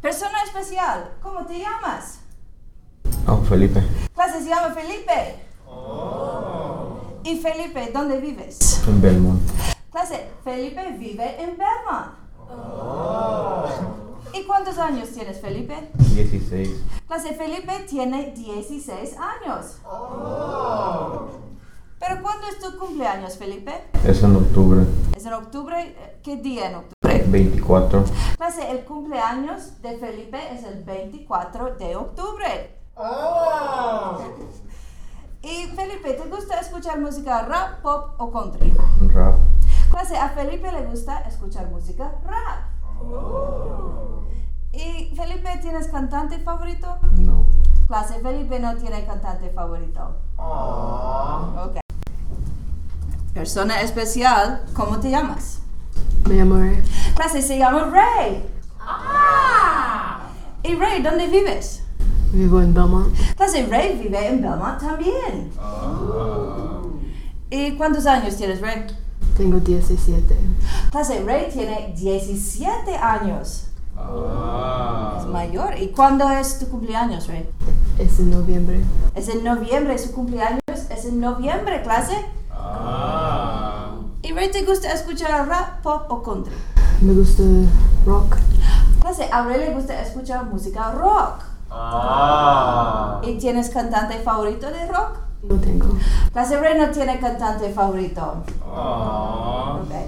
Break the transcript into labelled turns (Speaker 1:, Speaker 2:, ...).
Speaker 1: Persona especial, ¿cómo te llamas?
Speaker 2: Oh, Felipe.
Speaker 1: Clase se llama Felipe. Y Felipe, ¿dónde vives?
Speaker 2: En Belmont.
Speaker 1: Clase, Felipe vive en Belmont. ¿Y cuántos años tienes, Felipe?
Speaker 2: 16.
Speaker 1: Clase, Felipe tiene 16 años. ¿Pero cuándo es tu cumpleaños, Felipe?
Speaker 2: Es en octubre.
Speaker 1: ¿Es en octubre? ¿Qué día en octubre?
Speaker 2: 24.
Speaker 1: Clase, el cumpleaños de Felipe es el 24 de octubre. Y Felipe, ¿te gusta escuchar música rap, pop o country?
Speaker 2: Rap.
Speaker 1: Clase, a Felipe le gusta escuchar música rap. ¿Y Felipe tienes cantante favorito?
Speaker 2: No.
Speaker 1: Clase, Felipe no tiene cantante favorito. Ok. Persona especial, ¿cómo te llamas?
Speaker 3: Me llamo Rey.
Speaker 1: Clase, se llama Ray. ¿Y Ray, dónde vives?
Speaker 3: Vivo en Belmont.
Speaker 1: Clase, Ray vive en Belmont también. ¿Y cuántos años tienes, Ray?
Speaker 3: Tengo 17.
Speaker 1: Clase, Ray tiene 17 años. Es mayor. ¿Y cuándo es tu cumpleaños, Ray?
Speaker 3: Es en noviembre.
Speaker 1: Es en noviembre, su cumpleaños es en noviembre, clase. ¿Y Ray te gusta escuchar rap, pop o country?
Speaker 3: Me gusta rock.
Speaker 1: Clase, a Ray le gusta escuchar música rock. ¿Y tienes cantante favorito de rock?
Speaker 3: No tengo.
Speaker 1: Clase Ray no tiene cantante favorito. Ok.